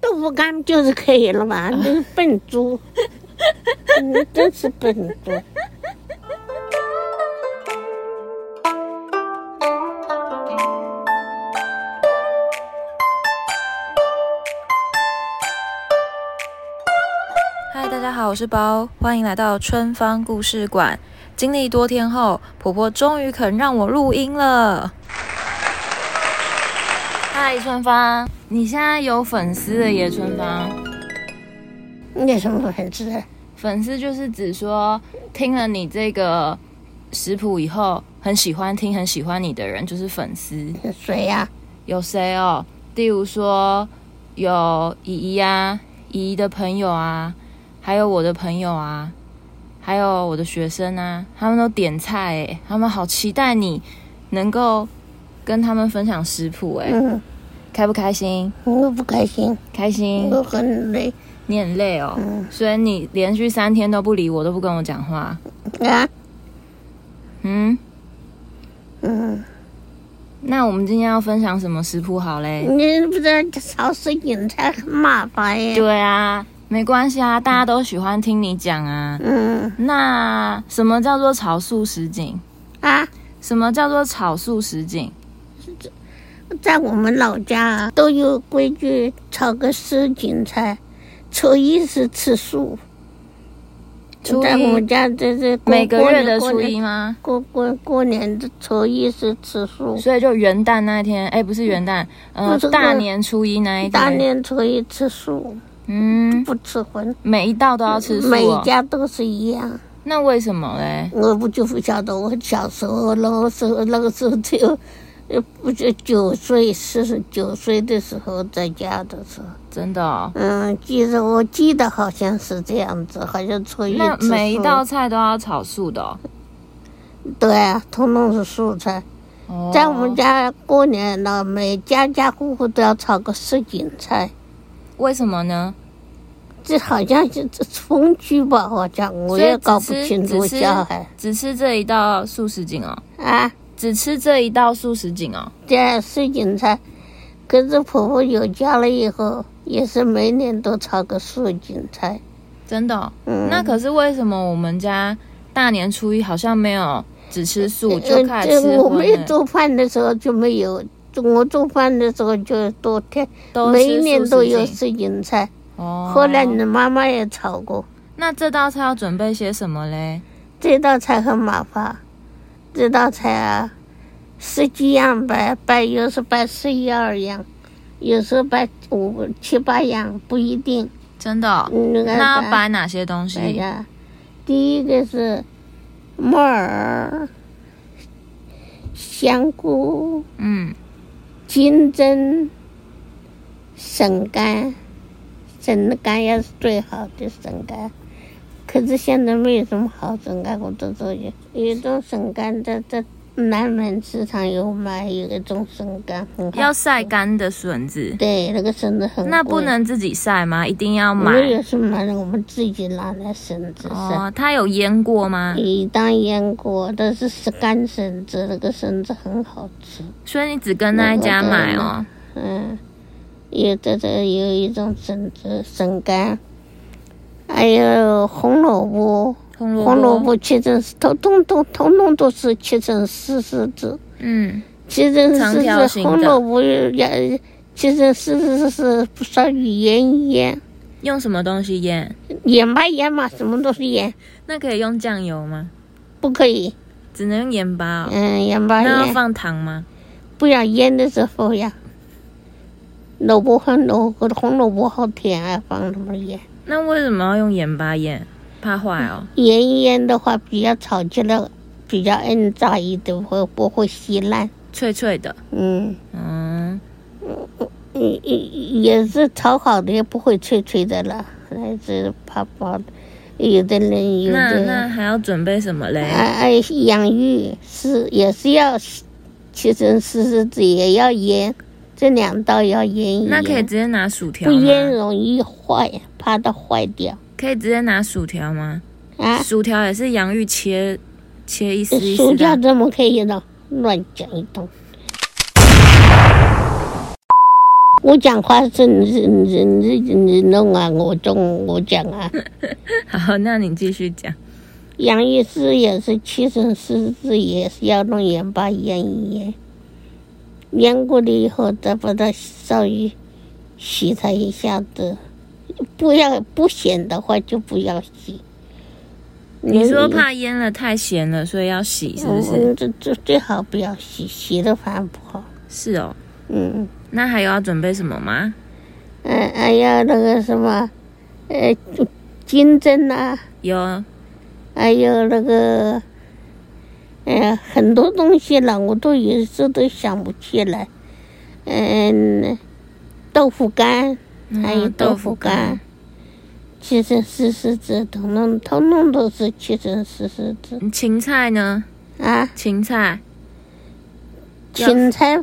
不干就是可以了吧？你是笨猪，你真是笨猪。嗨，大家好，我是包，欢迎来到春芳故事馆。经历多天后，婆婆终于肯让我录音了。嗨，春芳，你现在有粉丝了耶，春芳。你有什么粉丝？啊粉丝就是指说听了你这个食谱以后，很喜欢听、很喜欢你的人，就是粉丝。谁呀、有谁哦？例如说有姨姨啊，姨姨的朋友啊，还有我的朋友啊，还有我的学生啊，他们都点菜诶，他们好期待你能够跟他们分享食谱诶，嗯，开不开心？我不开心，开心，我很累嗯你很累哦，所以你连续三天都不理我，都不跟我讲话，啊。嗯。嗯，那我们今天要分享什么食谱好嘞？你不知道吵死你才很麻烦耶。对啊，没关系啊，大家都喜欢听你讲啊。嗯那什么叫做炒素什锦？啊，什么叫做炒素什锦？在我们老家啊都有规矩，炒个什锦菜，初一是吃素。初在我一们家这是过每个过月年的过初年一吗？过过过年的初一是吃素，所以就元旦那一天，哎，不是元旦，呃不是，大年初一那一天。大年初一吃素，嗯，不吃荤，每一道都要吃素、每一哦。家都是一样。那为什么嘞？我不就不晓得，我小时候那个时候那个时候只有，呃，不就九岁四十九岁的时候在家的时候，真的、哦？嗯，记得我记得好像是这样子，好像初一那吃素每一道菜都要炒素的哦。对啊，通通是素菜。哦在我们家过年了，每家家户户都要炒个什锦菜。为什么呢？这好像是这风区吧？好像我所以也只搞不吃清楚只吃小孩只吃这一道素什锦哦，啊，只吃这一道素什锦哦。这水芹菜。可是婆婆有家了以后，也是每年都炒个素芹菜。真的哦、嗯那可是为什么我们家大年初一好像没有只吃素，就呃开始这吃我没荤有了？做饭的时候就没有，我做饭的时候就多天，都每吃一素年都食有锦水芹菜。哦。后来你妈妈也炒过，那这道菜要准备些什么嘞？这道菜很麻烦，这道菜啊，十几样摆摆，有时摆十一二样，有时摆五七八样，不一定。真的哦、嗯那个那摆要摆哪些东摆西？呀，第一个是木耳、香菇、嗯，金针、笋干，笋的干要是最好的笋干。可是现在没有什么好笋干，我都做有。有一种笋干在在南门市场有卖，有一种笋干很好。要晒干的笋子，对，那个笋子很贵。那不能自己晒吗？一定要嗯我们买有时买了，我们自己拿来笋子晒。哦。它有腌过吗？你当腌过，但是是干笋子，那个笋子很好吃。所以你只跟那一家买哦。嗯，有的这有一种笋子笋干，还有红萝卜，红嗯红萝萝卜，卜切成通通通通通都是切成丝丝子，嗯，切成丝长条丝形的红萝卜要切成丝丝丝丝，稍微腌一腌，用什么东西腌？腌吧腌嘛，什么都是腌，那可以用酱油吗？不可以，只能用盐巴哦。嗯，腌吧那要腌，放糖吗？不要腌的时候呀。萝卜和萝红萝卜好甜啊，放什么盐？那为什么要用盐巴腌？怕坏哦。腌一腌的话，比较炒起来比较摁炸一点，会不会稀烂？脆脆的。嗯，嗯，也也是炒好的，也不会脆脆的了，还是泡泡的。有的人有那那的还要准备什么嘞？哎哎，洋芋是也是要切成丝丝子，也要腌，这两道要腌一腌。那可以直接拿薯条不腌吗？容易坏，怕它坏掉可以直接拿薯条吗？啊。薯条也是洋芋切切一丝一薯丝条的。怎么可以呢？乱讲一通。我讲话是你是你是你是你弄啊，我中我讲啊。好，那你继续讲。嗯养一只也是七成四只也是要用盐巴腌一腌，腌过了以后再把它稍微洗它一下子，不要不咸的话就不要洗。你说怕腌了太咸了，所以要洗，是不是？嗯、这这最好不要洗，洗了反而不好。是哦。嗯那还有要准备什么吗？嗯，还有那个什么，呃，金针啊，有还有那个，呃，很多东西了，我都有时候都想不起来。嗯，豆腐干，还有嗯豆腐干，七成四十只，统统统统都是七成四十只嗯芹菜呢？啊。芹菜要芹菜，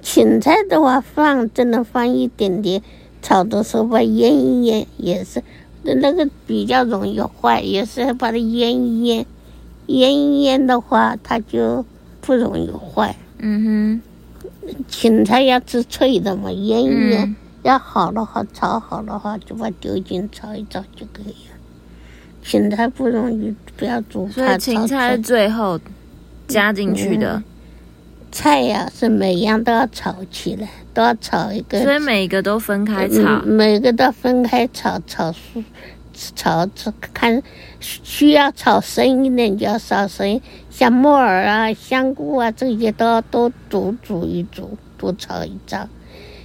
芹菜的话放只能放一点点，炒的时候把它腌一腌也是，那个比较容易坏，也是把它腌一腌，腌一腌的话它就不容易坏。嗯芹菜要吃脆的嘛，腌哼，一腌，嗯，要好的话炒好的话就把它丢进炒一炒就可以了。芹菜不容易，不要煮所怕炒以嗯芹菜脆是最后加进去的，菜呀、是每样都要炒起来，都要炒一个。所以每个都分开炒嗯，每个都分开炒炒熟，炒炒看需要炒深一点就要炒深，像木耳啊、香菇啊这些都要多煮煮一煮，多炒一炒。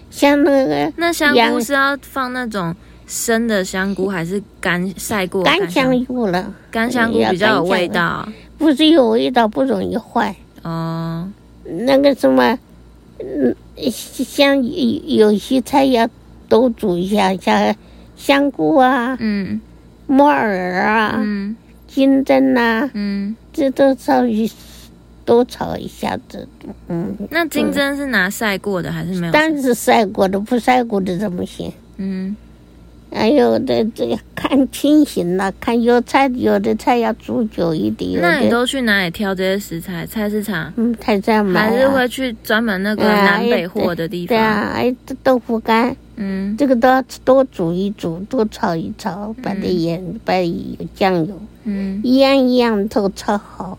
像那个那香菇洋是要放那种生的香菇，还是干晒过干香香菇了，干香菇要比较有干香味道不是有味道不容易坏。哦？那个什么，嗯，像有有些菜要多煮一下，像香菇啊、嗯木耳啊、嗯金针啊呐、嗯。这都稍微多炒一下子，嗯，那金针是拿晒过的还是没有？但是晒过的不晒过的怎么行？嗯还有的这看情形了，看有菜有的菜要煮久一点，有那你的都去哪里挑这些食材？菜市场嗯太在买还是啊，会去专门那个哎南北货的地对方？啊，还有这豆腐干，嗯这个都要多煮一煮，多炒一炒，把它盐、把油酱油嗯一样一样都炒好。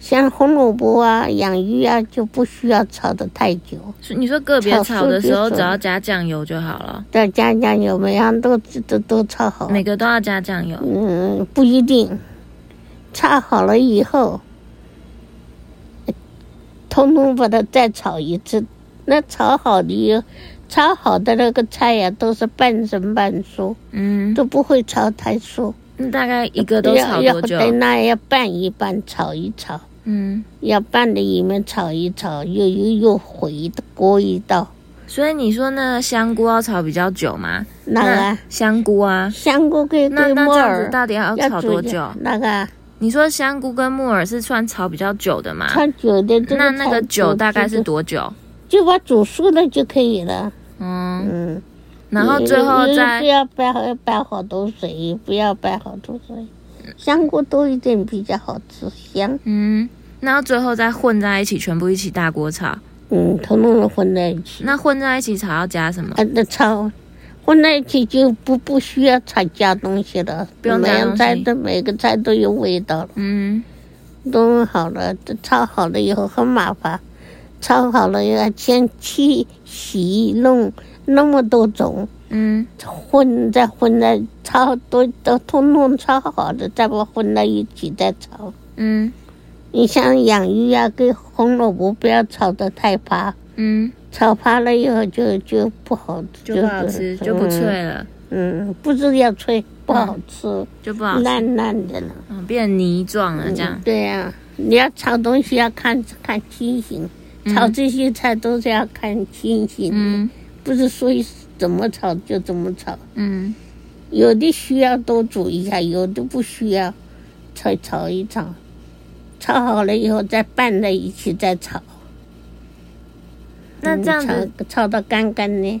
像红萝卜啊、洋芋啊，就不需要炒的太久。是你说个别炒炒的素时候就只是要加酱油就好了，再加酱油，每样都都都炒好。每个都要加酱油。嗯，不一定，炒好了以后，通通把它再炒一次。那炒好的以后，炒好的那个菜呀、都是半生半熟，嗯，都不会炒太熟。那大概一个都炒要要多久？等那要拌一拌，炒一炒，嗯，要拌的里面炒一炒，又又又回锅一道。所以你说那个香菇要炒比较久吗？那个啊香菇啊，香菇跟那跟那木这样子耳到底要要炒煮多一久？那个啊。你说香菇跟木耳是算炒比较久的嘛？它久的这那那菜个久煮大概是就多久？就把煮熟了就可以了。嗯，嗯，然后最后你你不再要拌好拌好多水，不要拌好多水，香菇多一点比较好吃香。嗯，然后最后再混在一起，全部一起大锅炒。嗯，统统的混在一起，那混在一起炒要加什么？啊，那炒混在一起就不不需要炒加东西了，不用每加样东菜西都每个菜都有味道了。嗯，弄好了，这炒好了以后很麻烦，炒好了要先去洗弄那么多种。嗯，混再混在炒都都通通炒好的，再把它混到一起再炒。嗯，你像养鱼啊，跟红萝卜不要炒得太趴，嗯，炒趴了以后就就不好吃，就不好吃，就不。脆了，嗯，嗯不是要脆，不好吃，就不好吃，烂烂的了。嗯，变泥状了这样嗯。对呀、你要炒东西要看看情形，嗯炒这些菜都是要看情形，嗯不是说怎么炒就怎么炒。嗯有的需要多煮一下，有的不需要，炒炒一炒，炒好了以后再拌在一起再炒。那嗯这样子，炒炒到干干呢，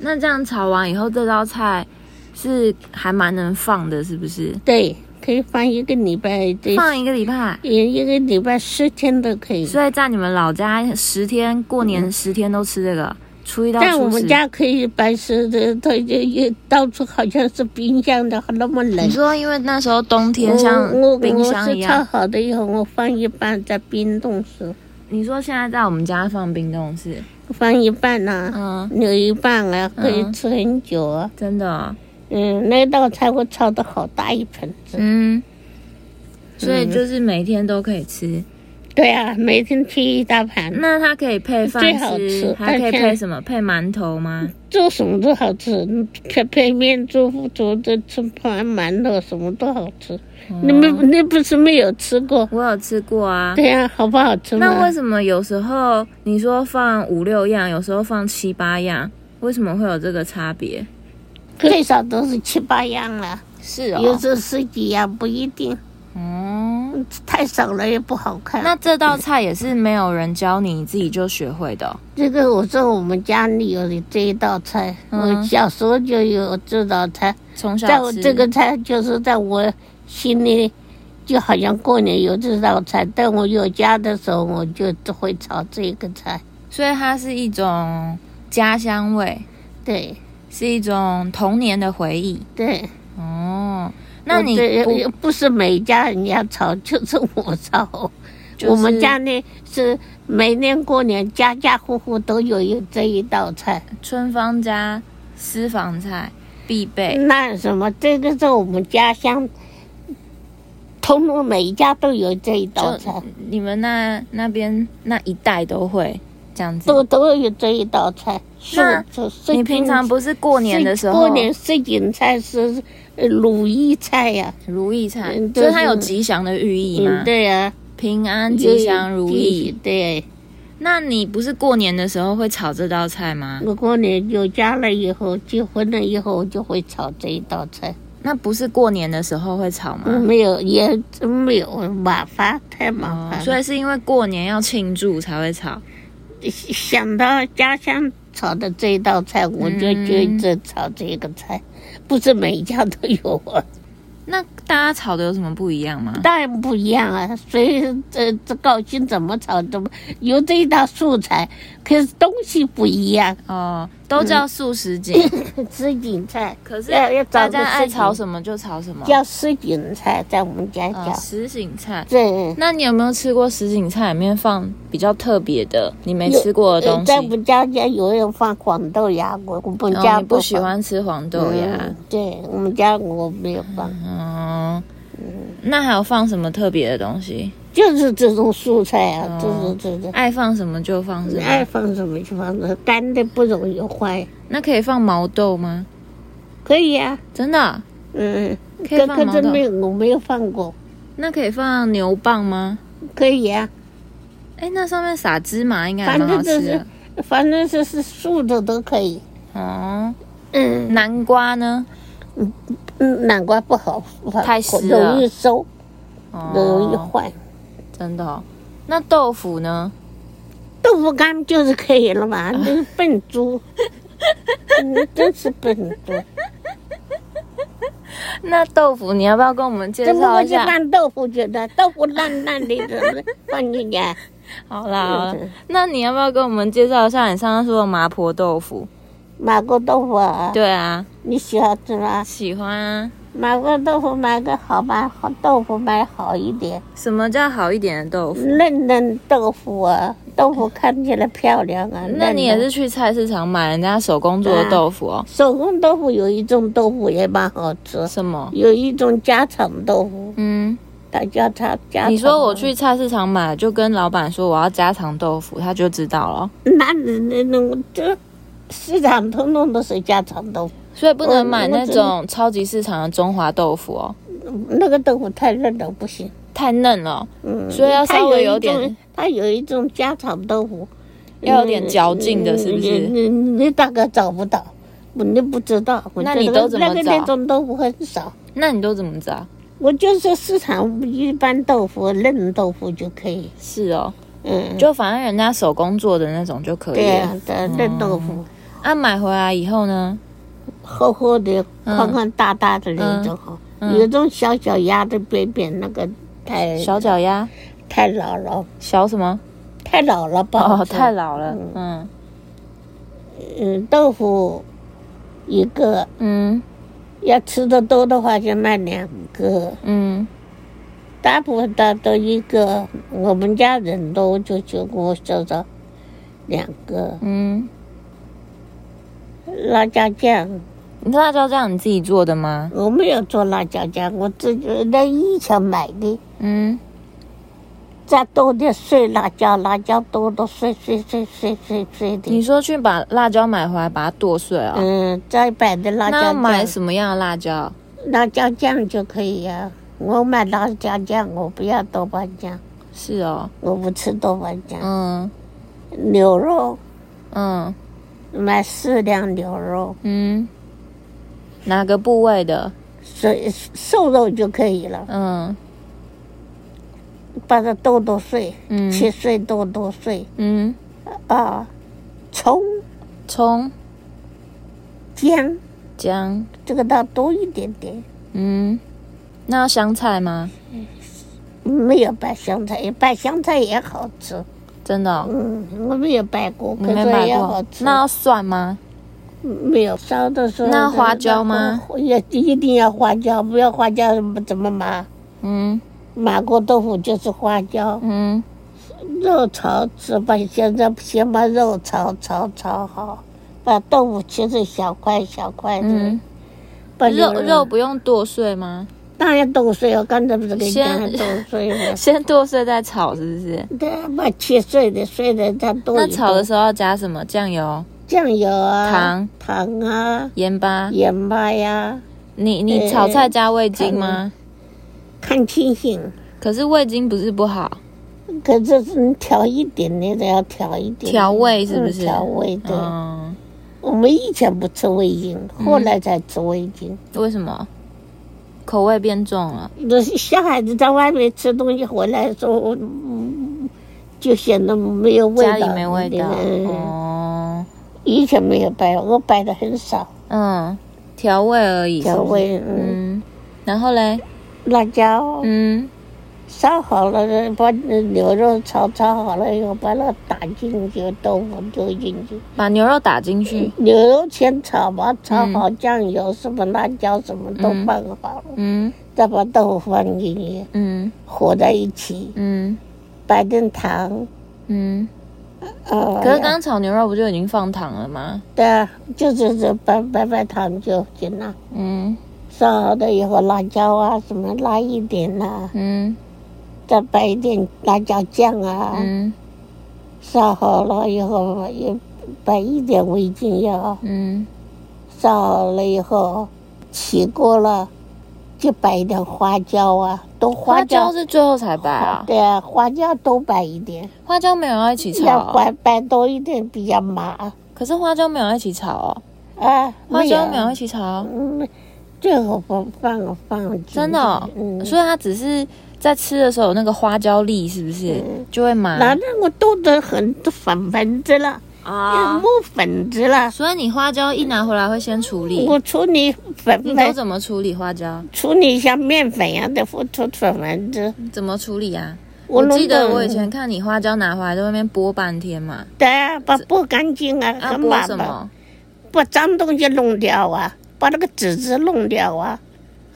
那这样炒完以后，这道菜是还蛮能放的，是不是？对，可以放一个礼拜，对，放一个礼拜，一一个礼拜十天都可以。所以在你们老家十天过年十天都吃这个，初一到但我初们十，家可以摆设的，它就也到处好像是冰箱的，那么冷你。说因为那时候冬天我像我冰我箱一是炒样，好的以后，我放一半在冰冻室，你说现在在我们家放冰冻室，放一半呐、嗯，留一半啊，可以嗯吃很久啊。真的哦、嗯，那道菜会炒的好大一盆子。嗯，所嗯以就是每天都可以吃。对啊，每天吃一大盘，那它可以配饭最好吃还可但以是配什么？配馒头吗？做什么都好吃，配配面、做做这吃盘馒头什么都好吃。哦你们那不是没有吃过？我有吃过啊。对呀、好不好吃那为嘛？什么有时候你说放五六样，有时候放七八样，为什么会有这个差别？最少都是七八样了，是有时候十几样不一定，哦。太少了也不好看。那这道菜也是没有人教你，你自己就学会的哦、这个我说我们家里有这一道菜，嗯我小时候就有这道菜，从小在我吃这个菜就是在我心里，就好像过年有这道菜，但我有家的时候我就只会炒这个菜。所以它是一种家乡味，对是一种童年的回忆。对，哦，那我你这不也不是每家人家炒，就是我炒。就是我们家呢是每年过年家家户户都有一这一道菜。春芳家私房菜必备，那什么，这个是我们家乡，通通每一家都有这一道菜就，你们那那边那一带都会这样子。都都有这一道菜。是那是是你平常不是过年的时候，过年是锦菜是呃鲁豫菜呀、如意菜，嗯所以就它是有吉祥的寓意吗嗯，？对呀、平安吉祥如意。对，那你不是过年的时候会炒这道菜吗？我过年有家了以后，结婚了以后，我就会炒这一道菜。嗯那不是过年的时候会炒吗？没有，也没有麻烦，太麻哦烦了。所以是因为过年要庆祝才会炒。想到家乡炒的这一道菜，我就觉嗯得炒这个菜，不是每一家都有 啊，那大家炒的有什么不一样吗？当然不一样啊。所以这这高兴怎么炒怎么有这一道素材，可是东西不一样，哦，都叫素食锦，什锦菜可嗯 是要要大找个家爱炒么什么就炒什么。叫什锦菜，在我们家啊，叫什锦菜。对。那你有没有吃过什锦菜里面放比较特别的，你没吃过的呃东西？在我们家家有人放黄豆芽，我我们哦家你不喜放欢吃黄豆芽嗯？对我们家我没有放。嗯，那还有放什么特别的东西？就是这种素菜啊，哦这种这种，爱放什么就放什你爱么。放什么就放什么，干的不容易坏，那可以放毛豆吗？可以啊，真的？嗯，可以可放可毛是豆没有我没有放过，那可以放牛蒡吗？可以啊，哎，那上面撒芝麻应该还反蛮好正这吃是的。反正这是素的都可以，哦，嗯南瓜呢？嗯，南瓜不好，不好太湿了容易馊，容易哦，坏，真的、哦。那豆腐呢？豆腐干就是可以了 嘛，那是笨猪，嗯，真是笨猪，那豆腐你要不要 跟我们介怎么绍会一去下？放豆腐去的？豆腐烂烂的，怎么放进去 啊？好啦好啦嗯，那你要不要跟我们介绍一下你上次说的麻婆豆腐？麻婆豆腐啊？对啊，你喜欢吃吗？喜欢啊。买个豆腐买个好吧，好豆腐买好一点，什么叫好一点的豆腐？嫩嫩豆腐啊，豆腐看起来漂亮啊。嫩那嫩你也是去菜市场买人家手工做的豆腐哦？手工豆腐有一种豆腐也蛮好吃，什么？有一种家常豆腐，嗯，它叫它家常。你说我，去菜市场买，就跟老板说我要家常豆腐，他就知道了。那那那那这市场通通都是家常豆腐，所以不能买我我那种超级市场的中华豆腐哦，那个豆腐太嫩了不行。太嫩了，嗯，所以要稍微它有一种点，它有一种家常豆腐，要有点嚼劲的，是不你是？你你大概找不到，我你不知道。我那觉你得都怎么那个找那种豆腐很少，那你都怎么找？我就说市场一般豆腐嫩豆腐就可以。是哦，嗯，就反正人家手工做的那种就可以对了。啊，对嫩豆腐，啊，买回来以后呢？厚厚的、嗯宽宽大大的那种哈，嗯有种小小鸭的扁扁那个太小脚丫，太老了，小什么？太老了不好呃哦，吃。太老了。嗯，嗯，豆腐一个，嗯要吃的多的话就买两个，嗯大部分大都一个。我们家人多，就就给我烧着两个嗯，辣椒酱。你辣椒酱你自己做的吗？我没有做辣椒酱，我自己那以前买的，嗯再多点碎辣椒，辣椒多的碎碎碎碎碎碎你的。说去把辣椒买回来，把它剁碎啊、嗯，再买的辣椒那要酱。买什么样的辣椒？辣椒酱就可以呀、我买辣椒酱，我不要豆瓣酱，是哦，我不吃豆瓣酱。嗯牛肉嗯买四两牛肉，嗯，哪个部位的？瘦瘦肉就可以了，嗯把它剁剁碎，嗯切碎剁剁碎嗯，啊。葱、葱姜，姜，这个倒多一点点，嗯，那要香菜吗？没有拌香菜，拌香菜也好吃。真的哦、嗯，我没有拌过，你可没是买也好过？吃。那要蒜吗？没有烧的时候，那花椒吗？也一定要花椒，不要花椒怎么麻？嗯麻婆豆腐就是花椒，嗯肉炒吃吧，现在先把肉炒炒炒好，把豆腐切成小块小块的，嗯，把牛肉肉不用剁碎吗？当然剁碎了，刚才不是跟你讲先？剁碎吗 先剁碎再炒，是不是？对，把切碎的碎的它剁那一炒的剁时候要加什么？酱油、酱油啊，糖糖啊，盐巴？盐巴呀，你你呃炒菜加味精吗？看情形。可是味精不是不好，可是你调一点点的，要调一点调味是不是？嗯调味对。嗯，我们以前不吃味精，后来才吃味精。为什么？口味变重了。那、小孩子在外面吃东西回来的时候，嗯就显得没有味家道。里没味道。嗯，哦，以前没有摆，我摆的很少，嗯，调味而已。调是味。不是。嗯，嗯，然后嘞，辣椒嗯烧好了，把牛肉炒炒好了以后，把它打进去，豆腐丢进去。把牛肉打进去。牛肉先炒吧，炒好酱油、什么辣椒什么都嗯拌好了，嗯再把豆腐放进去，嗯和在一起，嗯摆点糖。嗯。呃，可是刚炒牛肉不就已经放糖了吗？对啊，就是这摆摆摆糖就行了。嗯烧好了以后，辣椒啊什么辣一点呐、嗯再摆一点辣椒酱啊。嗯烧好了以后，也摆一点味精要。嗯烧好了以后，起锅了，就摆一点花椒啊，多花花椒椒是最后才摆啊，对啊，花椒多摆一点，花椒没有要一起炒要哦。摆摆多一点比较麻可是花椒没有要一起炒哦。啊。花椒没有一有，起炒，啊嗯，最后放放放进去真的哦、嗯，所以它只是在吃的时候有那个花椒粒，是不是、嗯就会麻拿着我剁得很粉粉子了，啊木粉子了。所以你花椒一拿回来会先处理，我处理粉你都粉，怎么处理花椒？处理像面粉一样的，我出粉粉子。怎么处理啊？我我记得弄得我以前看你花椒拿回来在外面剥半天嘛，对啊，把剥干净啊，啊很剥麻什烦，么？把脏东西弄掉啊，把那个籽子弄掉啊，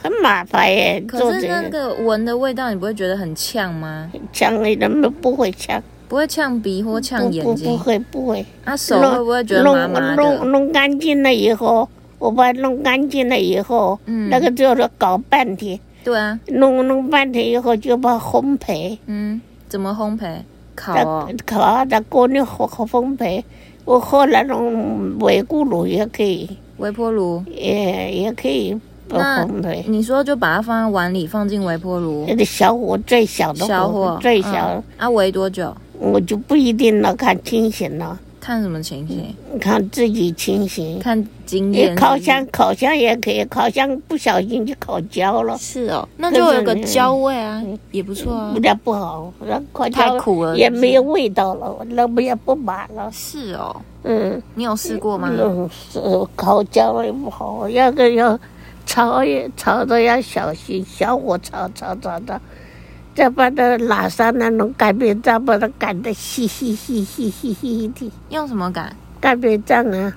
很麻烦耶。做可这是那个闻的味道你不会觉得很呛吗？呛人们不会呛，不会呛鼻或不呛不眼不睛？会不会。啊手会不会觉得麻麻弄弄的？弄干净了以后，我把它弄干净了以后，嗯那个就是搞半天，对啊，弄弄半天以后就把它烘焙，嗯，怎么烘焙？烤再哦，烤在锅里烘烘焙。我后来弄微波炉也可以，微波炉。也也可以那烘焙。你说就把它放在碗里，放进微波炉那，个小火最小的小火最小，嗯啊，围多久？我就不一定了，看清醒了，看什么情形？看自己清醒。看经你验。烤箱烤箱也可以，烤箱不小心就烤焦了，是哦，那就有个焦味啊，嗯也不错啊不。然不好，那烤焦太苦了也是不是没有味道了，那不也不麻了。是哦，嗯，你有试过吗？嗯，是烤焦了也不好，要个要炒也炒的要小心，小火炒炒炒的，再把它拉上那种擀面杖，把它擀的细细细细细细的。用什么擀？擀面杖啊，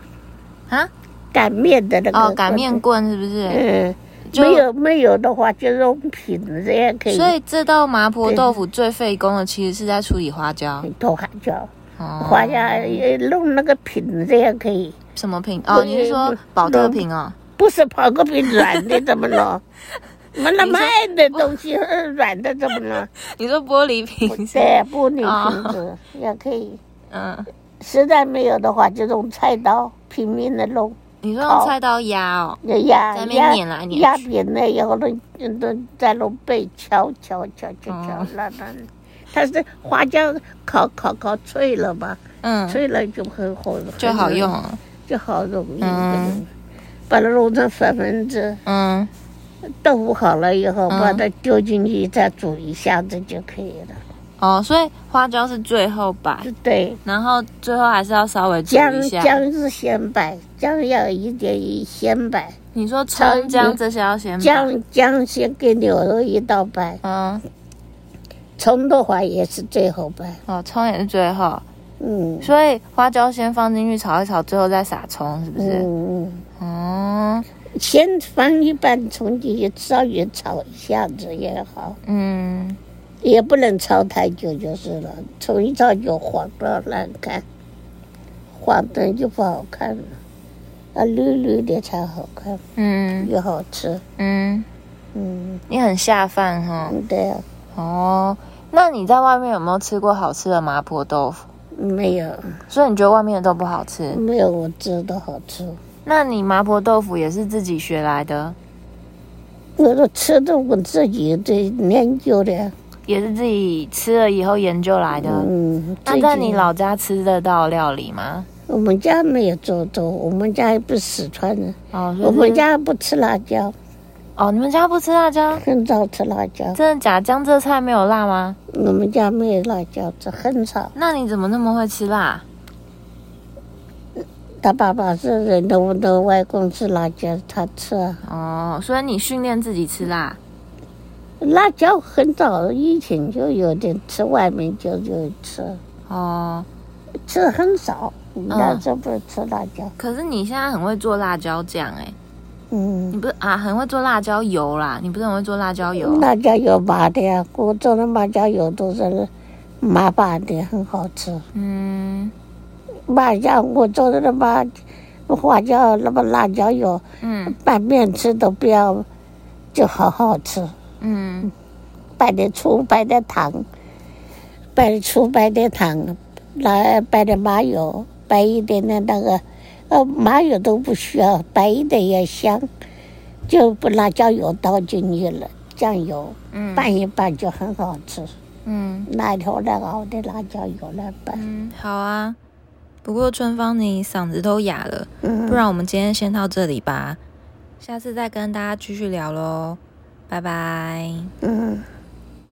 啊？擀面的那个。哦，擀面。棍是不是？嗯，就没有没有的话，就用品子也可以。所以这道麻婆豆腐最费工的其实是在处理花椒。豆花椒，哦，花椒也弄那个品子也可以，什么品？哦，你是说保特瓶哦？不是跑个比软的怎么 弄？那那么你说硬的东西，呃软的怎么弄？哎你说玻璃瓶是？对，玻璃瓶子哦也可以。嗯，实在没有的话，就用菜刀拼命的弄，你说用菜刀压哦？压在那边压碾来碾压去扁了以后，那那再用背敲敲敲敲敲哦，那那，它是花椒烤烤烤脆了嘛，嗯，脆了就很好，很就好用，哦。就好容易。嗯把它弄成粉粉子，嗯，豆腐好了以后，嗯把它丢进去，再煮一下子就可以了。哦，所以花椒是最后摆，对，然后最后还是要稍哎微煮姜一下。姜是先摆，姜要一点一先摆，你说葱姜这些要先摆姜姜先跟牛肉一道摆，嗯，葱的话也是最后摆。哦，葱也是最后，嗯所以花椒先放进去炒一炒，最后再撒葱，是不是？嗯嗯，哦，先放一半葱进去，稍微炒一下子也好，嗯，也不能炒太久就是了，葱一炒就黄了难看，黄的就不好看了，啊绿绿的才好看，嗯又好吃。嗯，嗯，你很下饭哈、对啊，哦，那你在外面有没有吃过好吃的麻婆豆腐？没有所以你觉得外面的都不好吃？没有我知道好吃。那你麻婆豆腐也是自己学来的，我都吃的我自己的研究的，也是自己吃了以后研究来的。嗯。那在你老家吃得到料理吗？我们家没有做粥，我们家也不是四川人，哦，所以我们是家不吃辣椒，哦，你们家不吃辣椒？很少吃辣椒。真的假的？江浙菜没有辣吗？我们家没有辣椒，这很少。那你怎么那么会吃辣？他爸爸是人的，我的外公是辣椒，他吃啊。哦，所以你训练自己吃辣。辣椒很早以前就有点吃，外面就有吃，哦，吃很少。我们家这不吃辣椒，可是你现在很会做辣椒酱哎、嗯你，不是啊，很会做辣椒油啦，你不是很会做辣椒油？辣椒油麻的呀，我做的麻椒油都是麻麻的，很好吃。嗯麻酱我做的那麻花椒那么辣椒油嗯拌面吃都不要，就好好吃。嗯摆点醋，摆点糖，摆点醋，摆点糖，来摆点麻油，摆一点点那个，呃，麻油都不需要，摆一点也香，就不辣椒油倒进去了，酱油嗯拌一拌就很好吃。嗯拿一条那个熬的辣椒油来拌，嗯，好啊。不过春芳，你嗓子都哑了，不嗯，然我们今天先到这里吧，下次再跟大家继续聊喽，拜拜。嗯，